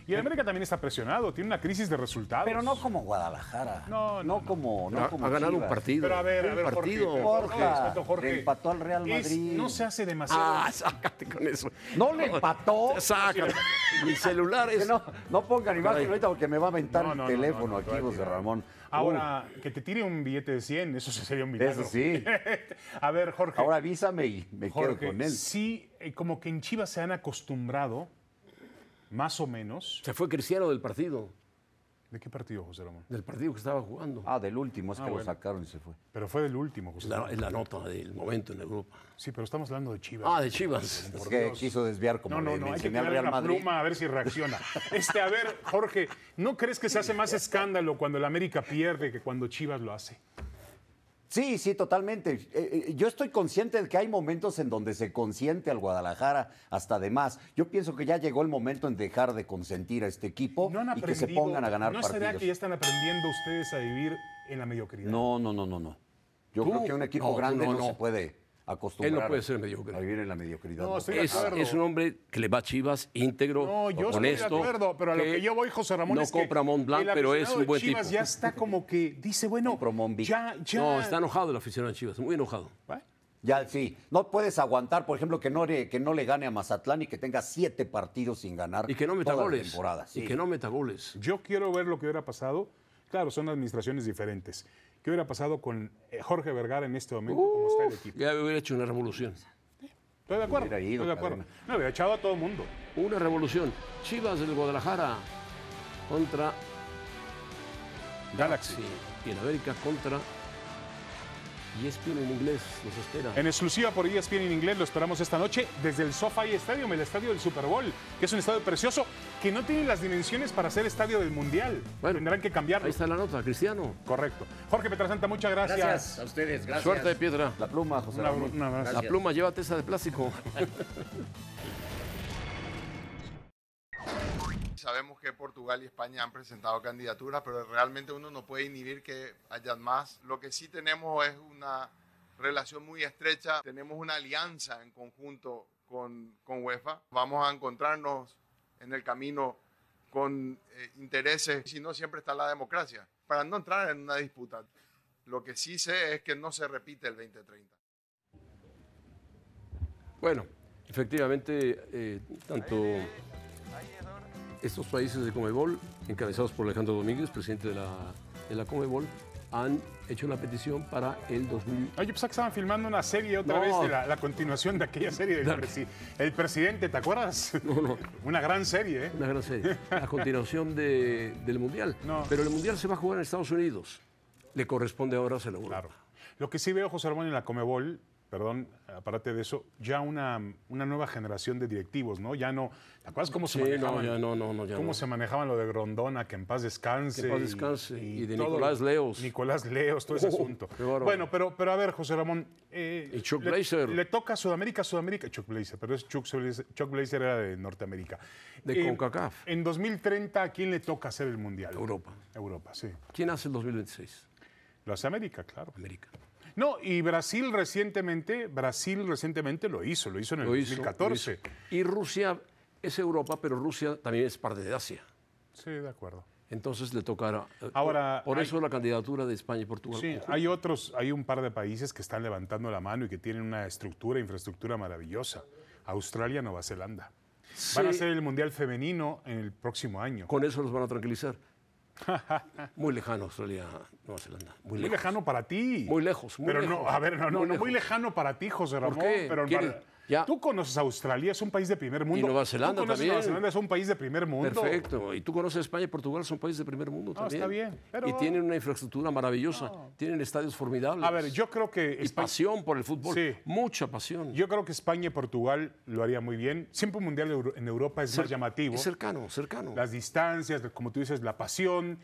Y el América también está presionado, tiene una crisis de resultados. Pero no como Guadalajara. No, no, no. como. No Ha, Ah, como ha ganado un Chivas. partido. Pero a ver, a un ver, Jorge, partido. pero Jorge, con respeto, Jorge, le empató al Real es- Madrid. no se hace demasiado. Ah, sácate con eso. No *laughs* le empató. Sácate. Mi celular Que es. no, no pongan imagen Caray. ahorita porque me va a aventar No, el no, no, teléfono no, no, te va a aquí, José tirar. Ramón. Ahora, que te tire un billete de 100, eso sí sería un milagro. uh. Eso sí. *laughs* a ver, Jorge. Uh, ahora avísame y me Jorge, quedo con él. sí, eh, como que en Chivas se han acostumbrado, más o menos. Se fue Cristiano del partido. ¿De qué partido, José Ramón? Del partido que estaba jugando. Ah, del último, es Ah, que bueno. lo sacaron y se fue. Pero fue del último, Es José la, Ramón. es la nota del momento en Europa. Sí, pero estamos hablando de Chivas. Ah, de Chivas. Es que quiso desviar como No, no, le no, hay que mencioné al tirarle Real una Madrid. pluma a ver si reacciona. *laughs* Este, a ver, Jorge, ¿no crees que se hace más escándalo cuando el América pierde que cuando Chivas lo hace? Sí, sí, totalmente. Eh, eh, yo estoy consciente de que hay momentos en donde se consiente al Guadalajara hasta de más. Yo pienso que ya llegó el momento en dejar de consentir a este equipo No han y que se aprendido- pongan a ganar ¿No será partidos. que ya están aprendiendo ustedes a vivir en la mediocridad? No, no, no, no, no. Yo Tú, creo que un equipo no, tú grande no, no, se no. puede acostumbrar Él no puede ser mediocre. a vivir en la mediocridad. No, No. estoy- de Es, acuerdo. es un hombre que le va a Chivas, íntegro, No, yo estoy honesto. de acuerdo, pero a lo que, yo voy, José Ramón, no es que compra Mont Blanc, el pero es aficionado un de buen Chivas tipo. ya está como que dice, bueno, Compro Monvic. ya, ya. No, está enojado el aficionado de Chivas, muy enojado. Bueno, Ya, sí. No puedes aguantar, por ejemplo, que no, le, que no le gane a Mazatlán y que tenga siete partidos sin ganar. Y que no meta toda la goles. temporada, sí. Y que no meta goles. Yo quiero ver lo que hubiera pasado. Claro, son administraciones diferentes. ¿Qué hubiera pasado con eh, Jorge Vergara en este momento? ¿Cómo está el equipo? Ya hubiera hecho una revolución. Estoy de acuerdo. Hubiera ido, estoy de acuerdo. cadena. No, hubiera echado a todo el mundo. Una revolución. Chivas del Guadalajara contra Galaxy. sí, y el América contra Y es bien en inglés, nos espera. En exclusiva por E ESPN en inglés lo esperamos esta noche desde el SoFi Stadium, el estadio del Super Bowl, que es un estadio precioso que no tiene las dimensiones para ser estadio del Mundial. Bueno, Tendrán que cambiarlo. Ahí está la nota, Cristiano. Correcto. Jorge Petrasanta, muchas gracias. Gracias a ustedes, gracias. Suerte de piedra. La pluma, José Un abra- Ramón. un abrazo. La Gracias. pluma, llévate esa de plástico. *laughs* Sabemos que Portugal y España han presentado candidaturas, pero realmente uno no puede inhibir que hayan más. Lo que sí tenemos es una relación muy estrecha, tenemos una alianza en conjunto con, con UEFA. Vamos a encontrarnos en el camino con eh, intereses, si no siempre está la democracia, para no entrar en una disputa. Lo que sí sé es que no se repite el 2030. Bueno, efectivamente, eh, tanto estos países de Comebol, encabezados por Alejandro Domínguez, presidente de la, de la Comebol, han hecho una petición para el 2000. Oye, pues que estaban filmando una serie otra No. vez, de la, la continuación de aquella serie del presi- El Presidente, ¿te acuerdas? No, no, *laughs* Una gran serie, ¿eh? una gran serie. A continuación de- del Mundial. No. Pero el Mundial se va a jugar en Estados Unidos. Le corresponde ahora hacer la Claro. Lo que sí veo, José Ramón, en la Comebol, perdón, aparte de eso, ya una, una nueva generación de directivos, ¿no? Ya no. ¿Te acuerdas cómo se Sí, no, manejaban? ya no, no, no, ya cómo no. se manejaban lo de Grondona, que en paz descanse. Que en paz descanse, y de Nicolás Leos. Nicolás Leos, todo ese Oh, asunto. qué bárbaro. Bueno, pero, pero a ver, José Ramón. eh, Y Chuck le- Blazer. Le, toca a Sudamérica, Sudamérica. Chuck Blazer, pero es Chuck Blazer, Chuck Blazer era de Norteamérica. De CONCACAF. En 2030, ¿a quién le toca hacer el mundial? Europa. Europa, sí. ¿Quién hace el 2026? Lo hace América, claro. América. No, y Brasil recientemente, Brasil recientemente lo hizo, lo hizo en el Lo hizo, lo 2014. hizo. Y Rusia es Europa, pero Rusia también es parte de Asia. Sí, de acuerdo. Entonces le tocará. eh, Ahora, Por hay- eso la candidatura de España y Portugal. Sí, hay otros, hay un par de países que están levantando la mano y que tienen una estructura, infraestructura maravillosa. Australia, Nueva Zelanda. Van a Sí. hacer el Mundial Femenino en el próximo año. Con eso los van a *laughs* tranquilizar. Muy lejano Australia, Nueva Zelanda. Muy, Muy lejos. lejano para ti. Muy lejos, muy pero no, lejos. a ver, no, no, Muy no, muy lejos. lejano para ti, José Ramón. qué? Pero ¿Quieres? para- Ya. tú conoces a Australia, es un país de primer mundo. Nueva Tú Zelanda conoces Nueva también. Zelanda es un país de primer mundo. Perfecto. Y tú conoces España y Portugal, son países de primer mundo No, también. está bien, pero- Y tienen una infraestructura maravillosa. Tienen estadios formidables. A ver, yo creo que Y pasión por el fútbol. Sí. Mucha pasión. Yo creo que España y Portugal lo haría muy bien. Siempre un mundial euro- en Europa es Cer- más llamativo. Es cercano, cercano. Las distancias, como tú dices, la pasión.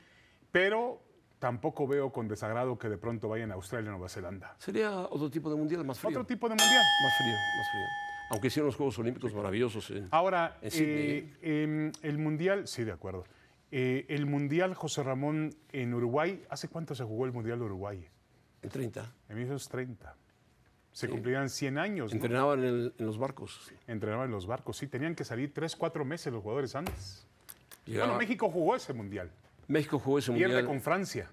Pero tampoco veo con desagrado que de pronto vayan a Australia o Nueva Zelanda. Sería otro tipo de mundial más frío. Otro tipo de mundial. Más frío, más frío. Aunque hicieron los Juegos Olímpicos maravillosos. en- Ahora, en Sydney, eh, ¿eh? em, el mundial, sí, de acuerdo. Eh, el mundial José Ramón en Uruguay, ¿hace cuánto se jugó el mundial de Uruguay? en 30. En 1930. Se cumplían 100 años. ¿no? Entrenaban en, el- en los barcos. Entrenaban en los barcos, sí, tenían que salir 3, 4 meses los jugadores antes. Llegaba- Bueno, México jugó ese mundial. México jugó ese Pierde mundial. con Francia,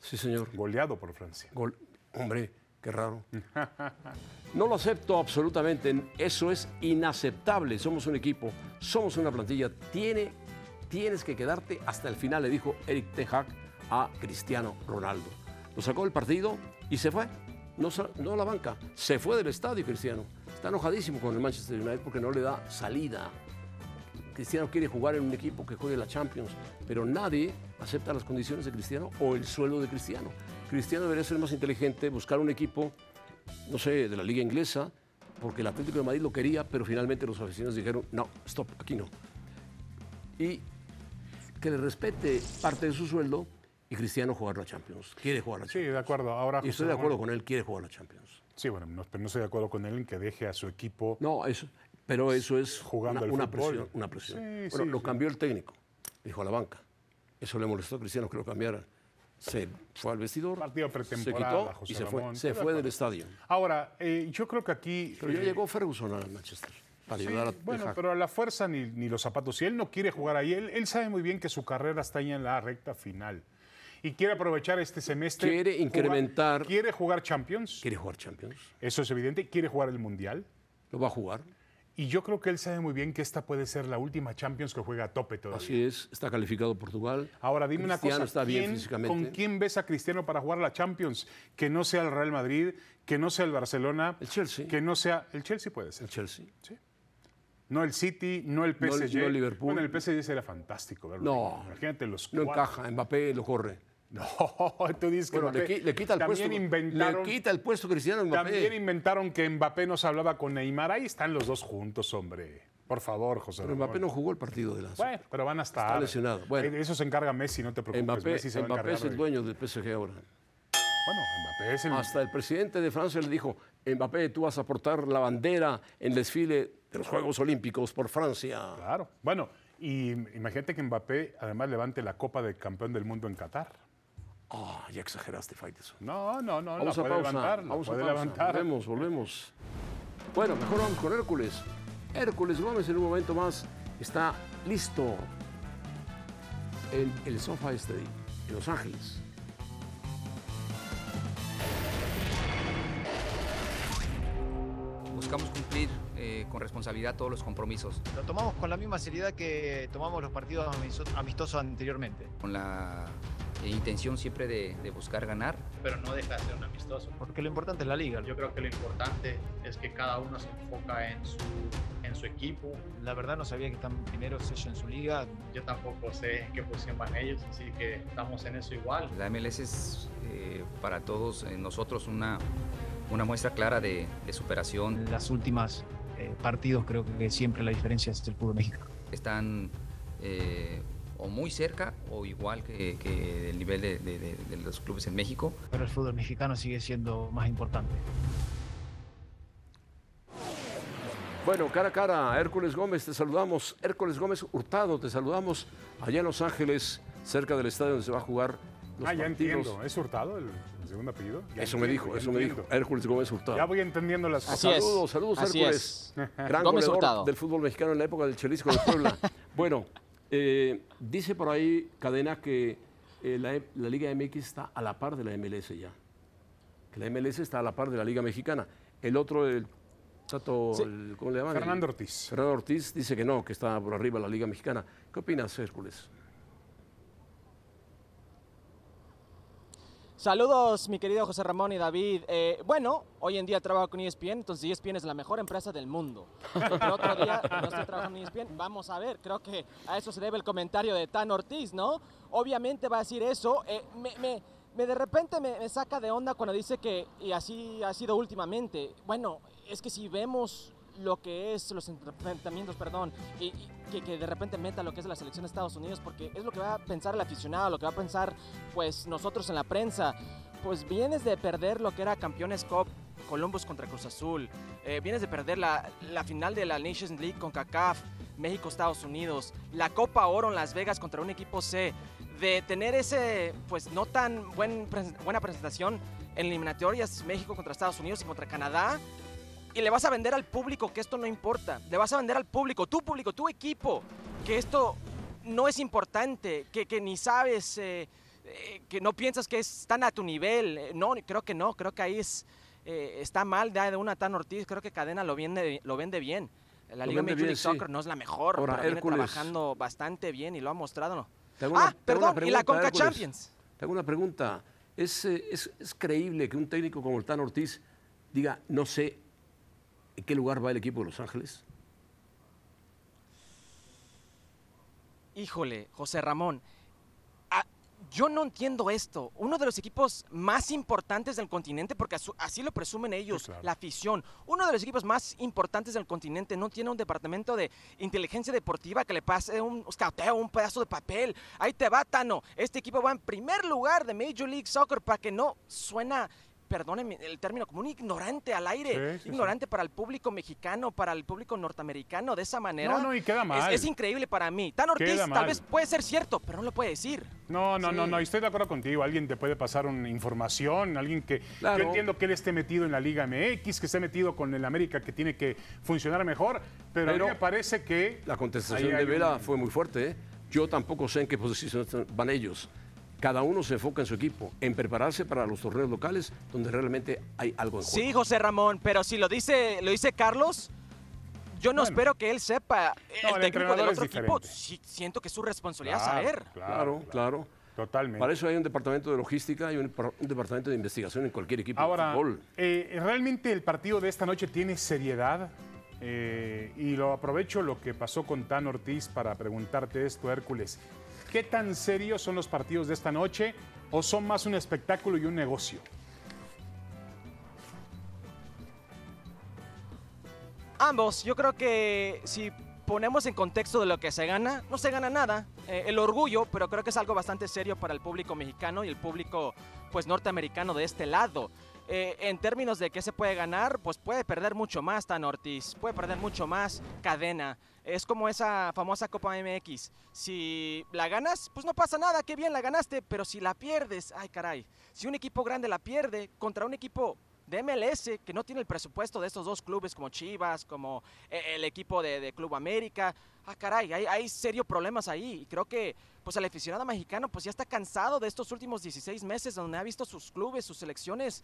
Sí, señor. goleado por Francia. Gol. Hombre, qué raro. No lo acepto absolutamente. Eso es inaceptable. Somos un equipo, somos una plantilla. Tiene, tienes que quedarte hasta el final, le dijo Eric Ten Hag a Cristiano Ronaldo. Lo sacó del partido y se fue. No, sa- no a la banca, se fue del estadio Cristiano. Está enojadísimo con el Manchester United porque no le da salida. Cristiano quiere jugar en un equipo que juegue la Champions, pero nadie acepta las condiciones de Cristiano o el sueldo de Cristiano. Cristiano debería ser más inteligente, buscar un equipo, no sé, de la liga inglesa, porque el Atlético de Madrid lo quería, pero finalmente los aficionados dijeron, no, stop, aquí no. Y que le respete parte de su sueldo y Cristiano jugar la Champions. Quiere jugar la Sí, Champions. de acuerdo. Ahora, y José estoy de acuerdo Ramón- con él, quiere jugar la Champions. Sí, bueno, no, pero no estoy de acuerdo con él en que deje a su equipo. No, eso, pero eso es Jugando una, al una fútbol. presión. Una presión. Sí, bueno, sí, lo sí. cambió el técnico, dijo a la banca. Eso le molestó a Cristiano que lo cambiaran. Se fue al vestidor, Partido se pretemporada, quitó José y se Ramón. fue, se Estoy de fue del acuerdo. estadio. Ahora, eh, yo creo que aquí. Pero ya eh, llegó Ferguson a Manchester para sí, ayudar a bueno, dejar. pero a la fuerza ni, ni los zapatos. Si él no quiere jugar ahí, él, él sabe muy bien que su carrera está ya en la recta final. Y quiere aprovechar este semestre. Quiere jugar- incrementar- Quiere jugar Champions. Quiere jugar Champions, Eso es evidente. Quiere jugar el Mundial. lo va a jugar. Y yo creo que él sabe muy bien que esta puede ser la última Champions que juega a tope todavía. Así es, está calificado Portugal. Ahora dime Cristiano una cosa, está bien ¿quién- físicamente. ¿con quién ves a Cristiano para jugar la Champions? Que no sea el Real Madrid, que no sea el Barcelona, El Chelsea. que no sea el Chelsea puede ser, El Chelsea. no el City, no el No el- PSG, no el Liverpool. Bueno, el PSG sería fantástico, ¿verdad? No. imagínate los No cuatro. encaja, Mbappé lo corre. *laughs* No, tú dices que Bueno, le, Mbappé- qui- le quita el también puesto. inventaron, Le quita el puesto Cristiano Mbappé. también inventaron que Mbappé nos hablaba con Neymar. Ahí están los dos juntos, hombre. Por favor, José Pero Ramón. Mbappé no jugó el partido de la Bueno, pero van a estar. Está lesionado. Bueno. De Eso se encarga Messi, no te preocupes. Mbappé, Messi se va a Mbappé encargar es el de- dueño del PSG ahora. Bueno, Mbappé es el. Hasta el presidente de Francia le dijo, Mbappé, tú vas a portar la bandera en el desfile de los Juegos Olímpicos por Francia. Claro. Bueno, y imagínate que Mbappé además levante la Copa de Campeón del Mundo en Qatar. Ah, ya exageraste, Faiteson. No, no, no. Vamos la a puede pausa. levantar. la vamos a puede pausa. levantar. Volvemos, volvemos. Bueno, mejor vamos con Hércules. Hércules Gómez en un momento más está listo en el Sofa Study en Los Ángeles. Buscamos cumplir eh, con responsabilidad todos los compromisos, Lo tomamos con la misma seriedad que tomamos los partidos amiso- amistosos anteriormente. con la eh, intención siempre de- de buscar ganar. pero no deja de ser un amistoso. Porque lo importante es la liga. Yo creo que lo importante es que cada uno se enfoca en su, en su equipo. La verdad no sabía que están primeros ellos en su liga. Yo tampoco sé en qué posición van ellos, así que estamos en eso igual. La MLS es eh, para todos eh, nosotros una, una muestra clara de, de superación. En las últimas eh, partidos creo que siempre la diferencia es el fútbol mexicano. Están eh, o muy cerca o igual que, que el nivel de, de- de- de los clubes en México. Pero el fútbol mexicano sigue siendo más importante. Bueno, cara a cara, Hércules Gómez, te saludamos. Hércules Gómez Hurtado, te saludamos allá en Los Ángeles, cerca del estadio donde se va a jugar los Ah, ya partidos. entiendo. ¿Es Hurtado el, el segundo apellido? Ya Eso me entiendo, dijo, ya eso me dijo. entiendo. Hércules Gómez Hurtado. Ya voy entendiendo las Así cosas. es. Saludos, saludos, así Hércules. Gran *laughs* Gómez goleador Hurtado. del fútbol mexicano en la época del Chelisco de *laughs* Puebla. bueno, eh, dice por ahí Cadena que eh, la, E- la Liga MX está a la par de la MLS ya. Que la MLS está a la par de la Liga Mexicana. El otro, el Tato, el- ¿cómo le llaman? Fernando El- Ortiz. Fernando Ortiz dice que no, que está por arriba la Liga Mexicana. ¿Qué opinas, Hércules? Saludos, mi querido José Ramón y David. Eh, bueno, hoy en día trabajo con E ESPN, entonces ESPN es la mejor empresa del mundo. E El otro día no estoy trabajando en ESPN. Vamos a ver, creo que a eso se debe el comentario de Tan Ortiz, ¿no? Obviamente va a decir eso. Eh, me, me- me de repente me, me saca de onda cuando dice que y así ha sido últimamente. Bueno, es que si vemos lo que es los enfrentamientos, perdón, y, y que, que de repente meta lo que es la selección de Estados Unidos, porque es lo que va a pensar el aficionado, lo que va a pensar pues nosotros en la prensa. Pues vienes de perder lo que era Campeones Cup, Columbus contra Cruz Azul. Eh, vienes de perder la, la final de la Nations League con CACAF, México-Estados Unidos. La Copa Oro en Las Vegas contra un equipo C. De tener ese, pues no tan buen pres- buena presentación en eliminatorias México contra Estados Unidos y contra Canadá. Y le vas a vender al público que esto no importa. Le vas a vender al público, tu público, tu equipo, que esto no es importante, que, que ni sabes, eh, eh, que no piensas que están a tu nivel. Eh, No, creo que no, creo que ahí es, eh, está mal de de una tan Ortiz, creo que Cadena lo vende, lo vende bien. La Lo Liga vende Major bien, League sí. Soccer no es la mejor, Ahora, pero viene Hércules. trabajando bastante bien y lo ha mostrado. Te hago una- Ah, te hago una perdón, y la pregunta, Conca Hércules. Champions. Te hago una pregunta. ¿Es, eh, es, es creíble que un técnico como el Tan Ortiz diga, no sé en qué lugar va el equipo de Los Ángeles? Híjole, José Ramón. Ah, yo no entiendo esto. Uno de los equipos más importantes del continente, porque asu- así lo presumen ellos, claro. la afición. Uno de los equipos más importantes del continente no tiene un departamento de inteligencia deportiva que le pase un escauteo, un pedazo de papel. Ahí te va, Tano. Este equipo va en primer lugar de Major League Soccer para que no suena. Perdónenme el término, como un ignorante al aire, Sí, sí, sí. ignorante para el público mexicano, para el público norteamericano, de esa manera. no, y queda es- mal. es increíble para mí. Tan Ortiz Queda mal. tal vez puede ser cierto, pero no lo puede decir. No, no, no, Sí. no, y estoy de acuerdo contigo. Alguien te puede pasar una información, alguien que. Claro. Yo entiendo que él esté metido en la Liga MX, que esté metido con el América, que tiene que funcionar mejor, pero, a Pero- mí me parece que. La ahí contestación de hay Vela un- fue muy fuerte. ¿eh? Yo tampoco sé en qué posición están- van ellos. Cada uno se enfoca en su equipo, en prepararse para los torneos locales donde realmente hay algo en juego. Sí, José Ramón, pero si lo dice, lo dice Carlos, yo Bueno. no espero que él sepa. No, el, el técnico del entrenador es otro equipo, diferente. sí, siento que es su responsabilidad saber. Claro, claro. Totalmente. Para eso hay un departamento de logística y un, par- un departamento de investigación en cualquier equipo Ahora, de fútbol. eh, ¿realmente el partido de esta noche tiene seriedad? Eh, y lo aprovecho lo que pasó con Tan Ortiz para preguntarte esto, Hércules. ¿Qué tan serios son los partidos de esta noche o son más un espectáculo y un negocio? Ambos, yo creo que si ponemos en contexto de lo que se gana, no se gana nada. Eh, el orgullo, pero creo que es algo bastante serio para el público mexicano y el público pues norteamericano de este lado. Eh, en términos de qué se puede ganar, pues puede perder mucho más Tan Ortiz, puede perder mucho más Cadena. Es como esa famosa Copa MX. Si la ganas, pues no pasa nada, qué bien la ganaste, pero si la pierdes, ay caray. Si un equipo grande la pierde contra un equipo de MLS que no tiene el presupuesto de estos dos clubes como Chivas, como eh, el equipo de, de Club América. Ah, caray, hay, hay serios problemas ahí. Y creo que pues el aficionado mexicano pues ya está cansado de estos últimos 16 meses donde ha visto sus clubes, sus selecciones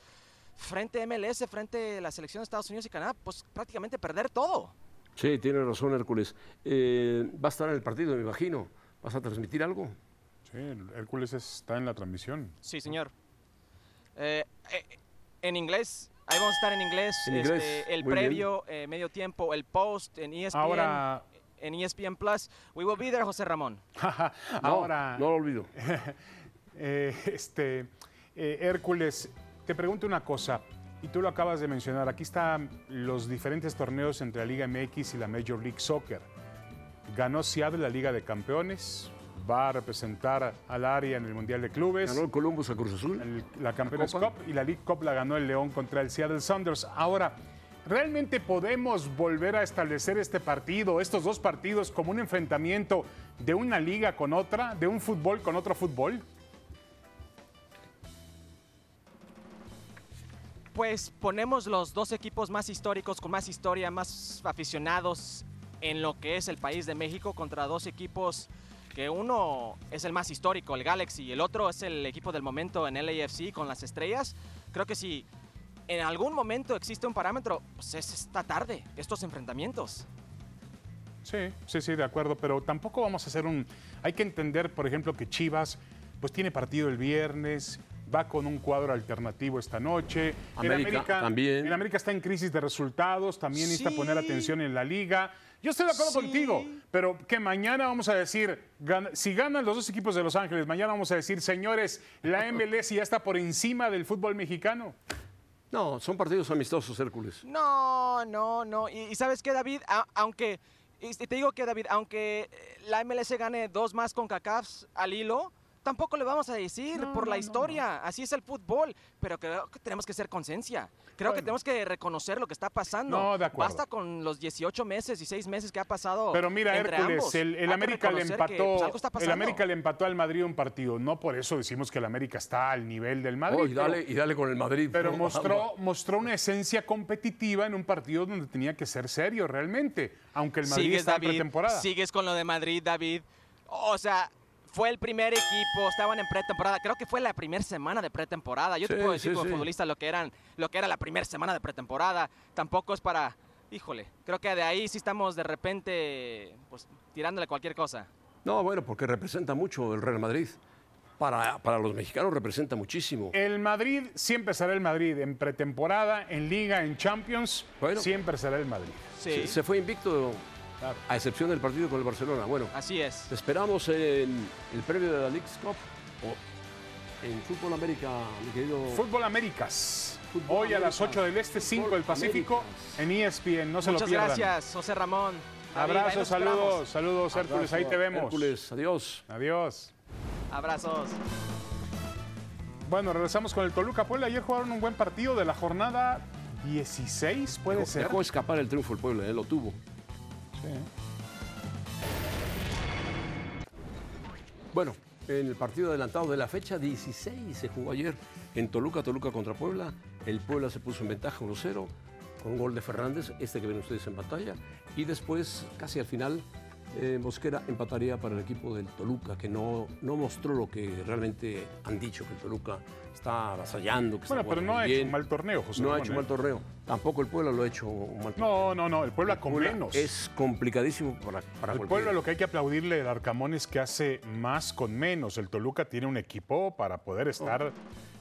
frente a MLS, frente a la selección de Estados Unidos y Canadá, pues prácticamente perder todo. Sí, tiene razón Hércules. Eh, va a estar en el partido, me imagino. ¿Vas a transmitir algo? Sí, Hércules está en la transmisión. Sí, señor. Eh, eh, en inglés. Ahí vamos a estar en inglés. En este, inglés, el muy previo, eh, medio tiempo, el post en E ESPN. Ahora- En E ESPN Plus. We will be there, José Ramón. *laughs* Ahora, No lo olvido. Eh, *laughs* este, eh, Hércules, te pregunto una cosa, y tú lo acabas de mencionar. Aquí están los diferentes torneos entre la Liga MX y la Major League Soccer. Ganó Seattle la Liga de Campeones, va a representar al área en el Mundial de Clubes. Ganó el Columbus a Cruz Azul. El- la Campeones Copa. Cup y la League Cup la ganó el León contra el Seattle Sounders. Ahora, ¿realmente podemos volver a establecer este partido, estos dos partidos, como un enfrentamiento de una liga con otra, de un fútbol con otro fútbol? Pues ponemos los dos equipos más históricos, con más historia, más aficionados en lo que es el país de México contra dos equipos que uno es el más histórico, el Galaxy, y el otro es el equipo del momento en LAFC con las estrellas. Creo que si en algún momento existe un parámetro, pues es esta tarde, estos enfrentamientos. Sí, sí, sí, de acuerdo, pero tampoco vamos a hacer un... Hay que entender, por ejemplo, que Chivas pues tiene partido el viernes, va con un cuadro alternativo esta noche. El América también. El América está en crisis de resultados, también necesita Sí. poner atención en la liga. Yo estoy de acuerdo Sí. contigo, pero que mañana vamos a decir, gan- si ganan los dos equipos de Los Ángeles, mañana vamos a decir, señores, *laughs* la MLS ya está por encima del fútbol mexicano. No, son partidos amistosos, Hércules. No, no, no. Y, y sabes qué, David, A- aunque, y te digo que, David, aunque eh, la MLS gane dos más con CACAFs al hilo, tampoco le vamos a decir por la historia. Así es el fútbol. Pero creo que tenemos que ser conciencia. Creo que Bueno. tenemos que reconocer lo que está pasando. No, de acuerdo. Basta con los 18 meses y 6 meses que ha pasado. Pero mira, entre Hércules, ambos. el, el Hay que América le reconocer que, empató. pues, algo está el pasando. América le empató al Madrid un partido. No por eso decimos que el América está al nivel del Madrid. Oh, y, dale, pero y dale con el Madrid. pero Vamos. mostró, mostró una esencia competitiva en un partido donde tenía que ser serio realmente, aunque el Madrid sigues, está en David, pretemporada. sigues con lo de Madrid, David. O sea, fue el primer equipo, estaban en pretemporada. Creo que fue la primera semana de pretemporada. Yo Sí, te puedo decir sí, como sí. futbolista lo que eran, lo que era la primera semana de pretemporada. Tampoco es para, híjole, creo que de ahí sí estamos de repente pues, tirándole cualquier cosa. No, bueno, porque representa mucho el Real Madrid. Para, para los mexicanos representa muchísimo. El Madrid siempre será el Madrid, en pretemporada, en Liga, en Champions, Bueno. siempre será el Madrid. Sí, Se, se fue invicto, Claro. a excepción del partido con el Barcelona. Bueno, así es. te esperamos en el premio de la League Cup o en Fútbol América, mi querido. Fútbol Américas. Fútbol Hoy a las Américas. 8 del Este, 5 del Fútbol Pacífico, Américas. en E ESPN. No se lo Muchas pierdan. gracias, José Ramón. David, ahí Abrazos, nos esperamos. saludos, saludos, Hércules. Ahí te vemos. Hércules, adiós. Adiós. Abrazos. Bueno, regresamos con el Toluca Puebla. Ayer jugaron un buen partido de la jornada 16, puede Dejó- ser. Dejó escapar el triunfo el pueblo, él lo tuvo. Bueno, en el partido adelantado de la fecha 16 se jugó ayer en Toluca, Toluca contra Puebla. El Puebla se puso en ventaja 1-0 con gol de Fernández, este que ven ustedes en pantalla. Y después, casi al final, eh, Mosquera empataría para el equipo del Toluca, que no, no mostró lo que realmente han dicho, que el Toluca está avasallando, que Bueno, está pero jugando no ha muy hecho bien. un mal torneo, José. No ha Ramón, hecho ¿eh? un mal torneo. Tampoco el Puebla lo ha hecho un mal torneo. No, no, no. El Puebla con Puebla menos. Es complicadísimo para, para el cualquiera. Puebla lo que hay que aplaudirle al Arcamón es que hace más con menos. El Toluca tiene un equipo para poder estar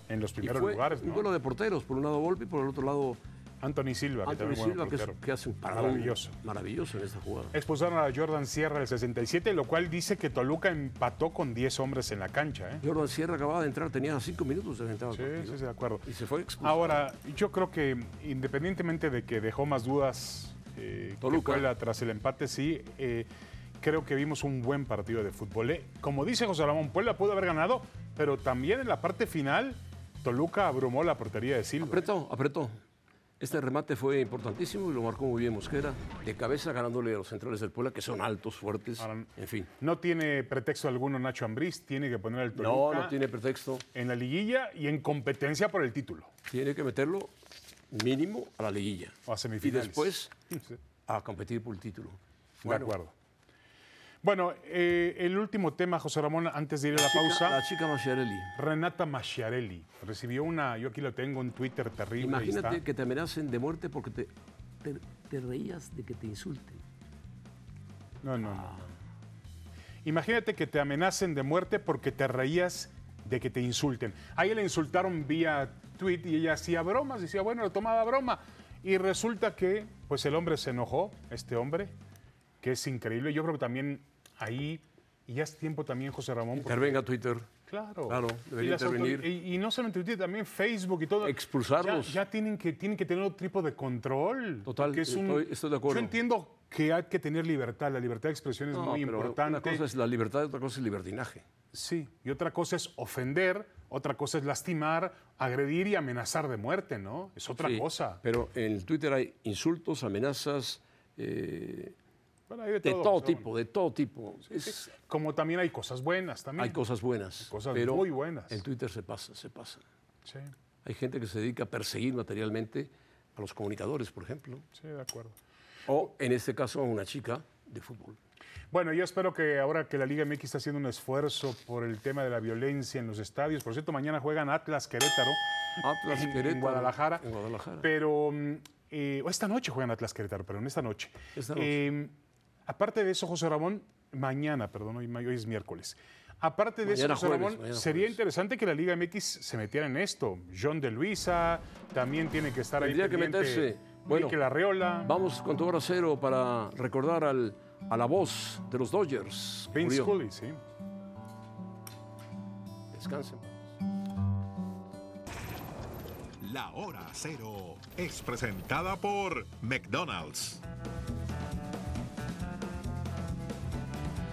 en los Y primeros fue lugares. un ¿no? duelo de porteros, por un lado Volpi, por el otro lado Anthony Silva, que Anthony también bueno, Silva, que, es- portero. que hace un parado Maravilloso. maravilloso en esta jugada. Expulsaron a Jordan Sierra el 67, lo cual dice que Toluca empató con 10 hombres en la cancha. ¿eh? Jordan Sierra acababa de entrar, tenía cinco minutos de entrar al Sí, partido. sí, Ah, sí, de acuerdo. Y se fue expulsado. Ahora, yo creo que independientemente de que dejó más dudas eh, que Toluca. fue la- tras el empate, sí, eh, creo que vimos un buen partido de fútbol. Eh, Como dice José Ramón, Puebla pudo haber ganado, pero también en la parte final, Toluca abrumó la portería de Silva. Apretó, apretó. Este remate fue importantísimo y lo marcó muy bien Mosquera, de cabeza ganándole a los centrales del Puebla, que son altos, fuertes, Ahora, en fin. eh. No tiene pretexto alguno Nacho Ambriz, tiene que poner al No, Toluca no tiene pretexto. en la liguilla y en competencia por el título *laughs* Tiene que meterlo mínimo a la liguilla. o a Y semifinales. después Sí. a competir por el título. De acuerdo. Bueno, eh, el último tema, José Ramón, antes de ir a la pausa. La chica Machiarelli. Renata Masciarelli recibió una, yo aquí lo tengo en Twitter terrible. ahí Imagínate está. que te amenacen de muerte porque te, te- te reías de que te insulten. No, no, no. Imagínate que te amenacen de muerte porque te reías de que te insulten. A ella le insultaron vía tweet y ella hacía bromas, decía, bueno, lo tomaba broma. Y resulta que, pues el hombre se enojó, este hombre, que es increíble. Yo creo que también ahí, y ya es tiempo también, José Ramón. porque- Intervenga Twitter. Claro. Claro, debería Y las autor- intervenir. Y, y no solamente Twitter, también Facebook y todo. Expulsarlos. Ya, ya tienen, que, tienen que tener otro tipo de control. Total, porque estoy- estoy de acuerdo. Yo entiendo que hay que tener libertad. La libertad de expresión es No, muy pero importante. Una cosa es la libertad y otra cosa es el libertinaje. Sí, y otra cosa es ofender, otra cosa es lastimar, agredir y amenazar de muerte, ¿no? Es otra Sí, cosa. Pero en el Twitter hay insultos, amenazas, eh, Bueno, hay de de todo, todo José tipo, de todo tipo. Ramón. Sí, Es- sí. Como también hay cosas buenas también. Hay cosas buenas. cosas pero muy buenas. En Twitter se pasa, se pasa. Sí, Hay gente que se dedica a perseguir materialmente a los comunicadores, por ejemplo. sí, de acuerdo. O en este caso a una chica de fútbol. Bueno, yo espero que ahora que la Liga MX está haciendo un esfuerzo por el tema de la violencia en los estadios, por cierto, mañana juegan Atlas Querétaro, Atlas, en, en Querétaro, Guadalajara, en Guadalajara. Pero mm, eh, o esta noche juegan Atlas Querétaro, pero en esta noche. Esta noche. Eh, aparte de eso, José Ramón, mañana, perdón, hoy, hoy es miércoles. Aparte de Mañana eso, José jueves, Ramón, mañana sería jueves. interesante que la Liga MX se metiera en esto. John de Luisa también tiene que estar ahí Tendría que pendiente. meterse. Bueno, Mikel Arreola. Vamos con tu hora cero para recordar al, a la voz de los Dodgers. Vince Murió. Scully, sí. Descansen. La hora cero es presentada por McDonald's.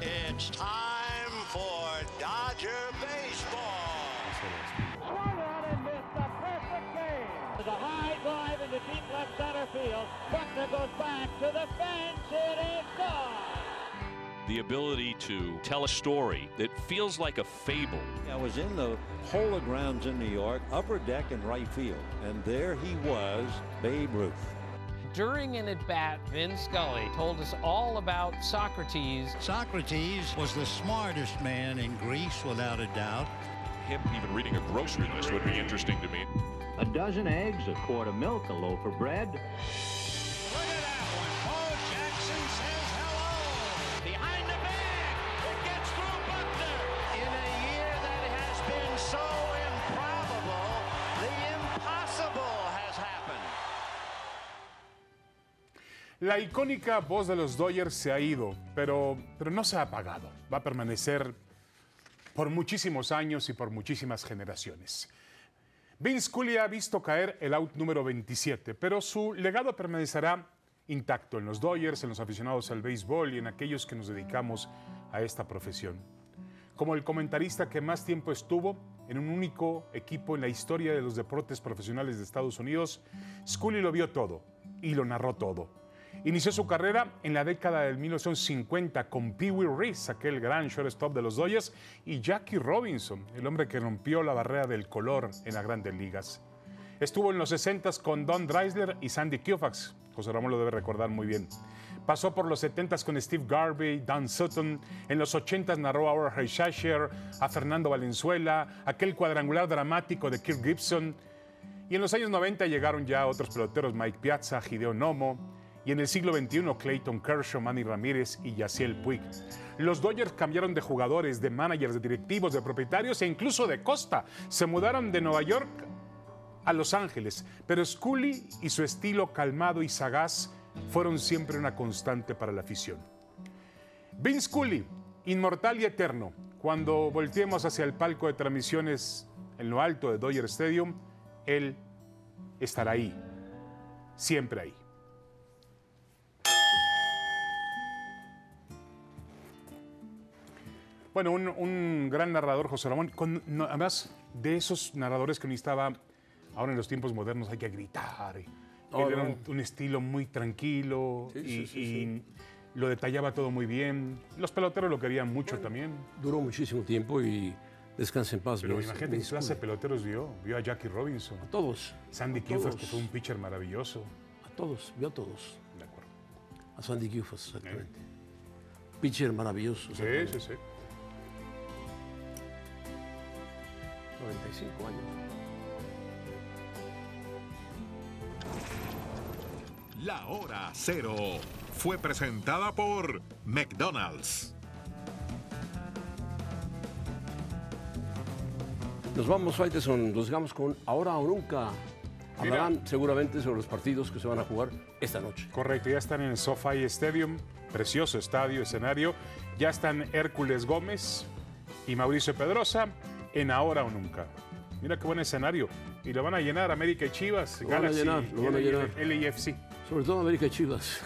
It's time for Dodger baseball. There's a high drive into deep left center field. Buckner goes back to the fence. It is gone. the ability to tell a story that feels like a fable. I was in the Hole of Grounds in New York, upper deck and right field, and there he was, Babe Ruth. During an at bat, Vin Scully told us all about Socrates. Socrates was the smartest man in Greece, without a doubt. Him even reading a grocery list would be interesting to me. A dozen eggs, a quart of milk, a loaf of bread. Behind the bag, it gets through Buckner. In a year that has been so improbable, the impossible has happened. La icónica voz de los Dodgers se ha ido, pero, pero no se ha apagado. Va a permanecer por muchísimos años y por muchísimas generaciones. Vince Scully ha visto caer el out número 27, pero su legado permanecerá intacto en los Dodgers, en los aficionados al béisbol y en aquellos que nos dedicamos a esta profesión. Como el comentarista que más tiempo estuvo en un único equipo en la historia de los deportes profesionales de Estados Unidos, Scully lo vio todo y lo narró todo. Inició su carrera en la década del 1950 con Pee Wee Reese, aquel gran shortstop de los Dodgers, y Jackie Robinson, el hombre que rompió la barrera del color en las grandes ligas. Estuvo en los 60 con Don Dreisler y Sandy Koufax. José Ramón lo debe recordar muy bien. Pasó por los 70 con Steve Garvey, Dan Sutton. En los 80 narró a Howard Shasher, a Fernando Valenzuela, aquel cuadrangular dramático de Kirk Gibson. Y en los años 90 llegaron ya otros peloteros, Mike Piazza, Hideo Nomo, y en el siglo XXI Clayton Kershaw, Manny Ramírez y Yaciel Puig. Los Dodgers cambiaron de jugadores, de managers, de directivos, de propietarios e incluso de costa. Se mudaron de Nueva York a Los Ángeles, pero Scully y su estilo calmado y sagaz fueron siempre una constante para la afición. Vince Scully, inmortal y eterno, cuando volteemos hacia el palco de transmisiones en lo alto de Dodger Stadium, él estará ahí, siempre ahí. Bueno, un, un gran narrador, José Ramón. con- no, además, de esos narradores que necesitaba, ahora en los tiempos modernos hay que gritar. y- No, él era no. un, un estilo muy tranquilo Sí, y, sí, sí, y lo detallaba todo muy bien. Los peloteros lo querían mucho también. Duró muchísimo tiempo y descansa en paz. Pero Vince- imagínate qué Vince clase de Scully. peloteros vio. Vio a Jackie Robinson. A todos. Sandy A Koufax, todos. que fue un pitcher maravilloso. A todos, vio a todos. De acuerdo. A Sandy Koufax, exactamente. Pitcher maravilloso. Sí, exactamente. sí, sí. 95 años. La hora cero fue presentada por McDonald's. Nos vamos, Faiteson, nos vamos con Ahora o Nunca. Mira. Hablarán seguramente sobre los partidos que se van a jugar esta noche. Correcto, ya están en el SoFi Stadium, precioso estadio, escenario. Ya están Hércules Gómez y Mauricio Pedrosa en Ahora o Nunca. Mira qué buen escenario. Y lo van a llenar América y Chivas, Lo van a Galaxy llenar, lo van a y llenar. LAFC. Sobre todo América y Chivas.